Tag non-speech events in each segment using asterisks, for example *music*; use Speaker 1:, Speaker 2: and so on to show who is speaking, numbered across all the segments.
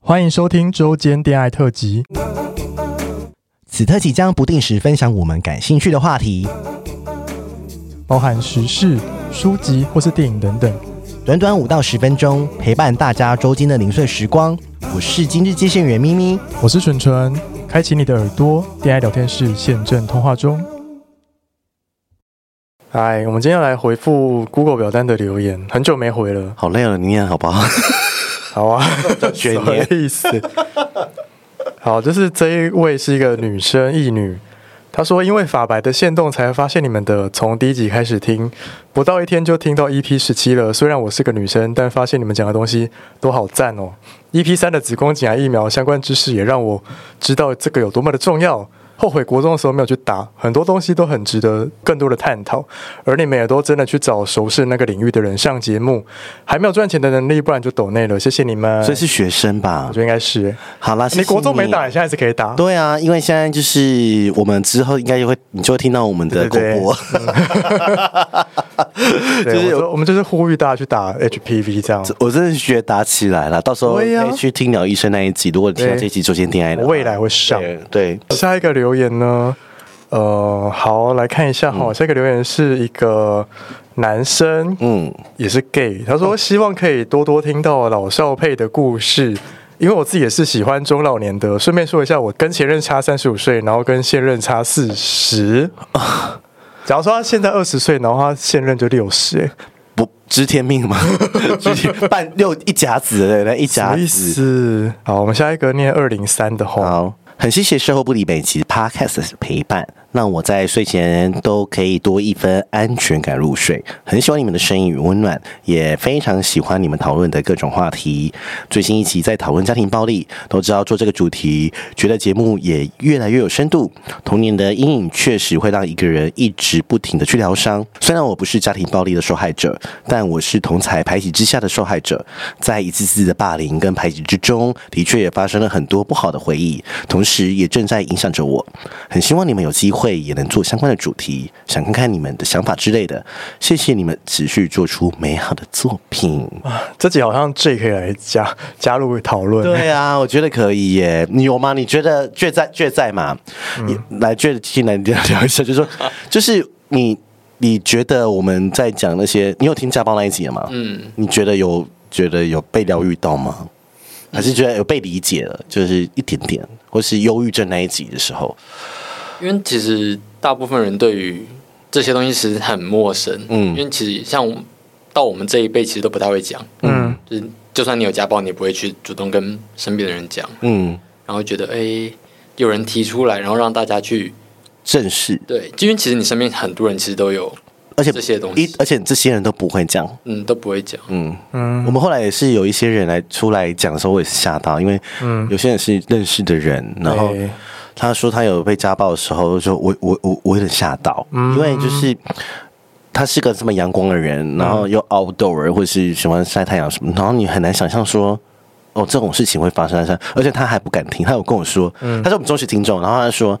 Speaker 1: 欢迎收听周间恋爱特辑。
Speaker 2: 此特辑将不定时分享我们感兴趣的话题，
Speaker 1: 包含时事、书籍或是电影等等。
Speaker 2: 短短五到十分钟，陪伴大家周间的零碎时光。我是今日接线员咪咪，
Speaker 1: 我是纯纯，开启你的耳朵，恋爱聊天室现正通话中。嗨，我们今天要来回复 Google 表单的留言，很久没回了。
Speaker 2: 好累了，啊你念好不好？
Speaker 1: 好啊，
Speaker 2: 悬
Speaker 1: 什么
Speaker 2: 念
Speaker 1: 意思？好，就是这一位是一个女生，一女。她说，因为法白的限动，才发现你们的从第一集开始听，不到一天就听到 EP 十七了。虽然我是个女生，但发现你们讲的东西都好赞哦。EP 三的子宫颈癌疫苗相关知识也让我知道这个有多么的重要。后悔国中的时候没有去打，很多东西都很值得更多的探讨。而你们也都真的去找熟识那个领域的人上节目，还没有赚钱的能力，不然就抖内了。谢谢你们。
Speaker 2: 所以是学生吧
Speaker 1: 我觉？得应该是欸。
Speaker 2: 好啦，谢谢
Speaker 1: 你国中没打，你现在是可以打。
Speaker 2: 对啊，因为现在就是我们之后应该就会，你就会听到我们
Speaker 1: 对
Speaker 2: 的广
Speaker 1: 对
Speaker 2: 播，
Speaker 1: *laughs* 对，
Speaker 2: 就是
Speaker 1: 我
Speaker 2: 有
Speaker 1: 说我们就是呼吁大家去打 HPV 这样。
Speaker 2: 我真的是觉得打起来了，到时候可
Speaker 1: 对啊
Speaker 2: 以去听鸟医生那一集。如果你听到
Speaker 1: 对
Speaker 2: 这一集就先听爱的话，
Speaker 1: 未来会上。
Speaker 2: 对对，
Speaker 1: 下一个留言呢？呃，好，来看一
Speaker 2: 嗯
Speaker 1: 下哈。下一个留言是一个男生，
Speaker 2: 嗯，哦
Speaker 1: 也是 gay，他说希望可以多多听到老少配的故事。因为我自己也是喜欢中老年的，顺便说一下，我跟前任差三十五岁，然后跟现任差四
Speaker 2: *laughs*
Speaker 1: 十。假如说他现在二十岁，然后他现任就六十、哎，
Speaker 2: 不知天
Speaker 1: *laughs*
Speaker 2: 命吗？ *laughs* 知天半六一甲子对不对？一
Speaker 1: 什
Speaker 2: 甲
Speaker 1: 么意
Speaker 2: 子。
Speaker 1: 思？好，我们下一个念二零三的话，
Speaker 2: 好，很谢谢售后不理每集 Podcast 的陪伴，让我在睡前都可以多一分安全感入睡。很喜欢你们的声音与温暖，也非常喜欢你们讨论的各种话题。最新一期在讨论家庭暴力，都知道做这个主题，觉得节目也越来越有深度。童年的阴影确实会让一个人一直不停的去疗伤。虽然我不是家庭暴力的受害者，但我是同才排挤之下的受害者，在一次次的霸凌跟排挤之中，的确也发生了很多不好的回忆，同时也正在影响着我。很希望你们有机会也能做相关的主题，想看看你们的想法之类的。谢谢你们持续做出美好的作品。
Speaker 1: 这集好像 J 可以来加加入讨 *laughs* 论。
Speaker 2: 对啊，我觉得可以耶。你有吗？你觉得倔在倔在嘛？你来倔进来聊聊一下，就是说，就是你你觉得我们在讲那些，你有听家暴那一集了吗？嗯，你觉得有觉得有被疗愈到吗？还是觉得有被理解了，就是一点点，或是忧郁症那一集的时候，
Speaker 3: 因为其实大部分人对于这些东西其实很陌生，
Speaker 2: 嗯
Speaker 3: 因为其实像我们到我们这一辈其实都不太会讲，
Speaker 1: 嗯，
Speaker 3: 就是就算你有家暴，你也不会去主动跟身边的人讲，
Speaker 2: 嗯，
Speaker 3: 然后觉得哎、有人提出来，然后让大家去
Speaker 2: 正视，
Speaker 3: 对，因为其实你身边很多人其实都有，
Speaker 2: 而且
Speaker 3: 这些东西
Speaker 2: 一而且这些人都不会这样，
Speaker 3: 嗯，都不会讲，
Speaker 2: 嗯。
Speaker 1: 嗯
Speaker 2: 我们后来也是有一些人来出来讲的时候，我也是吓到，因为
Speaker 1: 嗯
Speaker 2: 有些人是认识的人，然后
Speaker 1: 对
Speaker 2: 他说他有被家暴的时候，就我我我我有点吓到，
Speaker 1: 嗯
Speaker 2: 因为就是他是个这么阳光的人，然
Speaker 1: 嗯
Speaker 2: 后又 outdoor 或是喜欢晒太阳什么，然后你很难想象说。哦，这种事情会发生在身上，而且他还不敢听。他有跟我说，
Speaker 1: 嗯
Speaker 2: 他是我们忠实听众，然后他说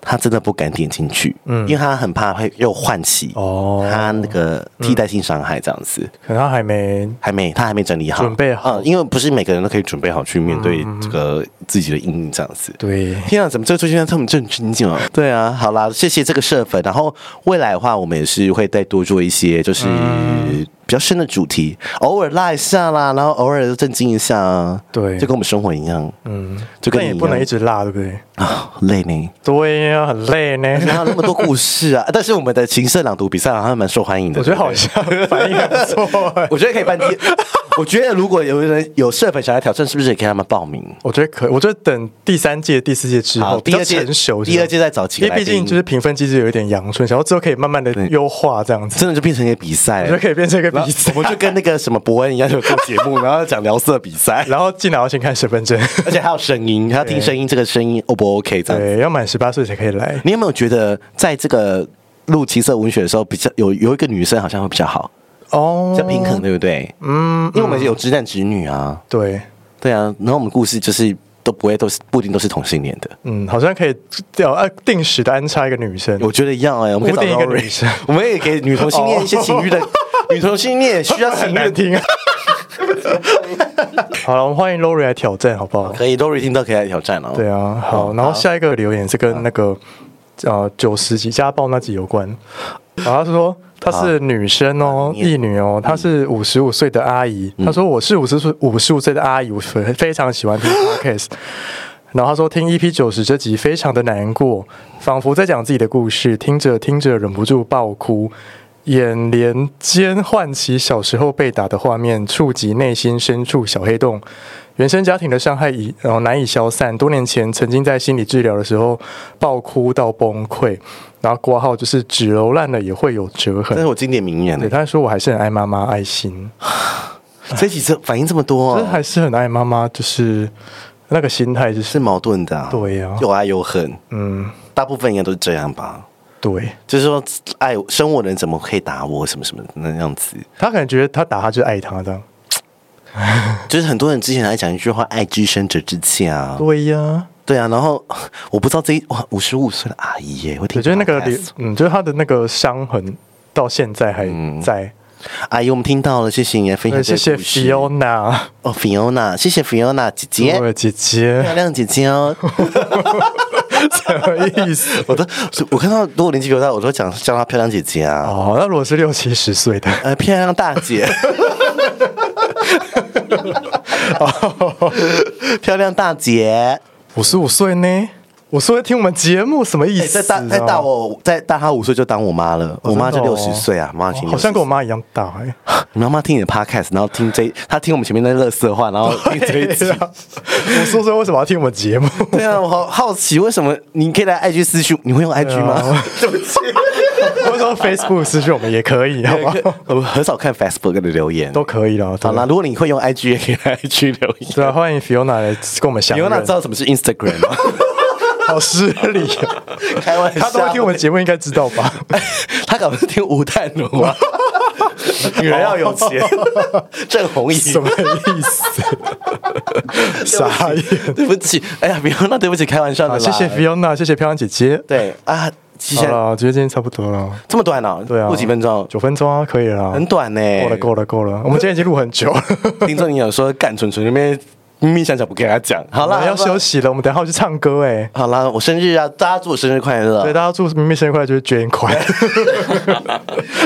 Speaker 2: 他真的不敢点进去，
Speaker 1: 嗯
Speaker 2: 因为他很怕会又唤起
Speaker 1: 哦
Speaker 2: 他那个替代性伤害这样子。
Speaker 1: 可能他还没
Speaker 2: 还没，他还没整理好，
Speaker 1: 准备好嗯
Speaker 2: 嗯，因为不是每个人都可以准备好去面对这个自己的阴影这样子。
Speaker 1: 对。
Speaker 2: 天啊，怎么这个最近这么正经经啊？对啊，好啦，谢谢这个社粉。然后未来的话，我们也是会再多做一些，就是
Speaker 1: 嗯
Speaker 2: 比较深的主题，偶尔拉一下啦，然后偶尔震惊一下啊。
Speaker 1: 对
Speaker 2: 就跟我们生活一样，
Speaker 1: 嗯，
Speaker 2: 就跟
Speaker 1: 但
Speaker 2: 你
Speaker 1: 也
Speaker 2: 一
Speaker 1: 不
Speaker 2: 样
Speaker 1: 能一直辣，对不对？
Speaker 2: 啊，好累呢。
Speaker 1: 对呀、很累呢。
Speaker 2: 然后那么多故事啊，但是我们的情色朗读比赛好像蛮受欢迎的。
Speaker 1: 我觉得
Speaker 2: 对不
Speaker 1: 好像
Speaker 2: 对
Speaker 1: 反应还不错、欸，
Speaker 2: *laughs* 我觉得可以
Speaker 1: *laughs*
Speaker 2: 办第，我觉得如果有人有社粉想来挑战，是不是也可以让他们报名？
Speaker 1: 我觉得可，我觉得等第三届、第四届之
Speaker 2: 好
Speaker 1: 后，
Speaker 2: 第二
Speaker 1: 比较
Speaker 2: 届
Speaker 1: 成熟，
Speaker 2: 第二届再找几个
Speaker 1: 因为毕
Speaker 2: 来
Speaker 1: 竟
Speaker 2: 宾
Speaker 1: 就是评分机制有一点阳春，然后之后可以慢慢的优化这样子，
Speaker 2: 真的就变成一个比赛
Speaker 1: 我觉得
Speaker 2: 了。
Speaker 1: 可以变成一个
Speaker 2: 然后
Speaker 1: 比赛
Speaker 2: 我。们就跟那个什么伯恩一样，就做节目，然后讲聊色比赛，
Speaker 1: 然后进来要先看身份证，
Speaker 2: 而且还有声音，还要听声音，这个声音 O 不 OK 这样子。
Speaker 1: 对，要满十八岁才可以来。
Speaker 2: 你有没有觉得在这个录情色文学的时候，比较有有一个女生好像会比较好，
Speaker 1: 哦
Speaker 2: 比，较平衡，对不对？
Speaker 1: 嗯，
Speaker 2: 因为我们有直男直女啊，
Speaker 1: 对，
Speaker 2: 对啊，然后我们故事就是都不会都是不一定都是同性恋的。
Speaker 1: 嗯，好像可以要呃定时的安插一个女生，
Speaker 2: 我觉得要哎、我们可以
Speaker 1: 固
Speaker 2: 找
Speaker 1: 定一个
Speaker 2: Lori
Speaker 1: 女生
Speaker 2: *laughs*
Speaker 1: *laughs*
Speaker 2: 我们也给女同性恋一些情欲的，女同性恋也需要情
Speaker 1: 很
Speaker 2: 欲的
Speaker 1: 难听啊。 *laughs* 好了，我们欢迎 Lori 来挑战，好不好？
Speaker 2: 可以，Lori 听到可以来挑战哦。
Speaker 1: 对啊，好，然后下一个留言是跟那个呃九十集家暴那集有关。然后他说她是女生哦，
Speaker 2: 你也嗯
Speaker 1: 一女哦，她是五十五岁的阿姨。她说我是五十岁五十五岁的阿姨，我非非常喜欢
Speaker 2: *laughs*
Speaker 1: 听 podcast。然后她说听 EP 九十这集非常的难过，仿佛在讲自己的故事，听着听着忍不住爆哭。眼帘间唤起小时候被打的画面，触及内心深处小黑洞。原生家庭的伤害已呃难以消散。多年前曾经在心理治疗的时候爆哭到崩溃，然后挂号就是纸揉烂了也会有折
Speaker 2: 这是
Speaker 1: 痕。
Speaker 2: 我经典名言欸
Speaker 1: 对，
Speaker 2: 的。
Speaker 1: 他说我还是很爱妈妈，爱心，
Speaker 2: 这几次反应这么多、
Speaker 1: 就是
Speaker 2: 哦，
Speaker 1: 还是很爱妈妈，就是那个心态就是
Speaker 2: 是矛盾的、啊。
Speaker 1: 对呀
Speaker 2: 又爱又恨，
Speaker 1: 嗯，
Speaker 2: 大部分应该都是这样吧。
Speaker 1: 对
Speaker 2: 就是说，爱我生我的人怎么可以打我什么什么的那样子？
Speaker 1: 他感觉他打他就是爱他这样。
Speaker 2: 就是很多人之前还讲一句话：“爱之深，责之切”啊。
Speaker 1: 对呀、
Speaker 2: 对啊，然后我不知道这一哇五十五岁的阿姨耶，我
Speaker 1: 我
Speaker 2: 听
Speaker 1: 觉得那个
Speaker 2: podcast
Speaker 1: 嗯，就是他的那个伤痕到现在还
Speaker 2: 嗯
Speaker 1: 在。
Speaker 2: 阿姨，我们听到了，谢谢你的分
Speaker 1: 对，
Speaker 2: 享这
Speaker 1: 谢
Speaker 2: 个
Speaker 1: 谢
Speaker 2: 故事。
Speaker 1: Fiona，
Speaker 2: 哦，Fiona，谢谢 Fiona 姐姐，
Speaker 1: 对姐姐， *laughs*
Speaker 2: 漂亮姐姐哦。
Speaker 1: 什么意思？
Speaker 2: *laughs* 我都我看到，如果年纪比我大，我都讲叫她漂亮姐姐啊，
Speaker 1: 哦，那如果是六七十岁的，
Speaker 2: 呃，漂亮大
Speaker 1: *laughs*
Speaker 2: 姐， *laughs* 漂亮大姐。
Speaker 1: 五十五岁呢？我说会听我们节目什么意
Speaker 2: 哎
Speaker 1: 思、
Speaker 2: 再
Speaker 1: 啊？
Speaker 2: 大再大我再大她五岁就当我妈了，我妈就
Speaker 1: 真的
Speaker 2: 六
Speaker 1: 哦
Speaker 2: 十岁啊，妈已经
Speaker 1: 好像
Speaker 2: 60岁
Speaker 1: 跟我妈一样大
Speaker 2: *laughs*
Speaker 1: 哎、
Speaker 2: 你妈妈听你的 podcast，然后听这，她听我们前面那乐色话，然后听这一集
Speaker 1: *laughs* 对。啊我说说为什么要听我们节目？
Speaker 2: 对啊，我好好奇，为什么你可以来 IG 私讯？你会用 IG
Speaker 1: 对
Speaker 2: 吗
Speaker 1: 啊？
Speaker 2: *laughs* 对
Speaker 1: *laughs*
Speaker 2: 不起，
Speaker 1: 或者说 Facebook 私讯我们也可以，好吗？
Speaker 2: *laughs* 我很少看 Facebook 的留言。
Speaker 1: 都可以啦。
Speaker 2: 好
Speaker 1: 啊对
Speaker 2: 啦，如果你会用 IG，也可以来 IG 留言。
Speaker 1: 对啊，欢迎 Fiona 来跟我们相
Speaker 2: 你
Speaker 1: 认。
Speaker 2: 有哪知道什么是 Instagram
Speaker 1: *laughs*
Speaker 2: 啊吗？
Speaker 1: 好失礼、啊，
Speaker 2: 开玩笑，
Speaker 1: 她都会听我们节目，应该知道吧？
Speaker 2: *laughs* 他搞不是听吴淡如
Speaker 1: *laughs*
Speaker 2: 啊。女人要有钱， *laughs* 郑红怡。
Speaker 1: 什么意
Speaker 2: *laughs*
Speaker 1: 思？ *laughs* 傻眼
Speaker 2: 对不起，哎呀，不要，那对不起，开玩笑的
Speaker 1: 啊！
Speaker 2: 啦。
Speaker 1: 谢谢 Fiona，谢谢漂亮姐姐。
Speaker 2: 对啊，其
Speaker 1: 好
Speaker 2: 实
Speaker 1: 了，我觉得今天差不多了。
Speaker 2: 这么短呢？
Speaker 1: 对啊，
Speaker 2: 录几分钟？
Speaker 1: 九分钟啊，可以了啦。
Speaker 2: 很短呢、
Speaker 1: 够了，够了，够了。我们今天已经录很久了。
Speaker 2: 听众你有说干蠢蠢那边咪咪想想不跟他讲，好
Speaker 1: 我
Speaker 2: 啦，
Speaker 1: 们 *laughs* 要休
Speaker 2: 息。
Speaker 1: 息了，我们等一下要去唱歌哎、
Speaker 2: 好啦，我生日啊，大家祝我生日快乐
Speaker 1: 对，。大家祝明明生日快乐，就是捐
Speaker 2: *laughs*
Speaker 1: 款，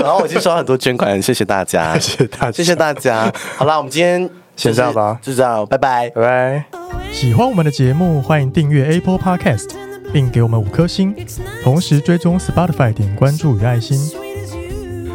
Speaker 2: 然后我已经收到很多捐款，谢谢大
Speaker 1: *laughs*
Speaker 2: 家，
Speaker 1: 谢谢大家
Speaker 2: 谢谢大家。好啦，我们今天
Speaker 1: 先这样吧
Speaker 2: 就是就这样，拜拜。
Speaker 1: 拜拜。喜欢我们的节目，欢迎订阅 Apple Podcast，并给我们五颗星，同时追踪 Spotify 点关注与爱心。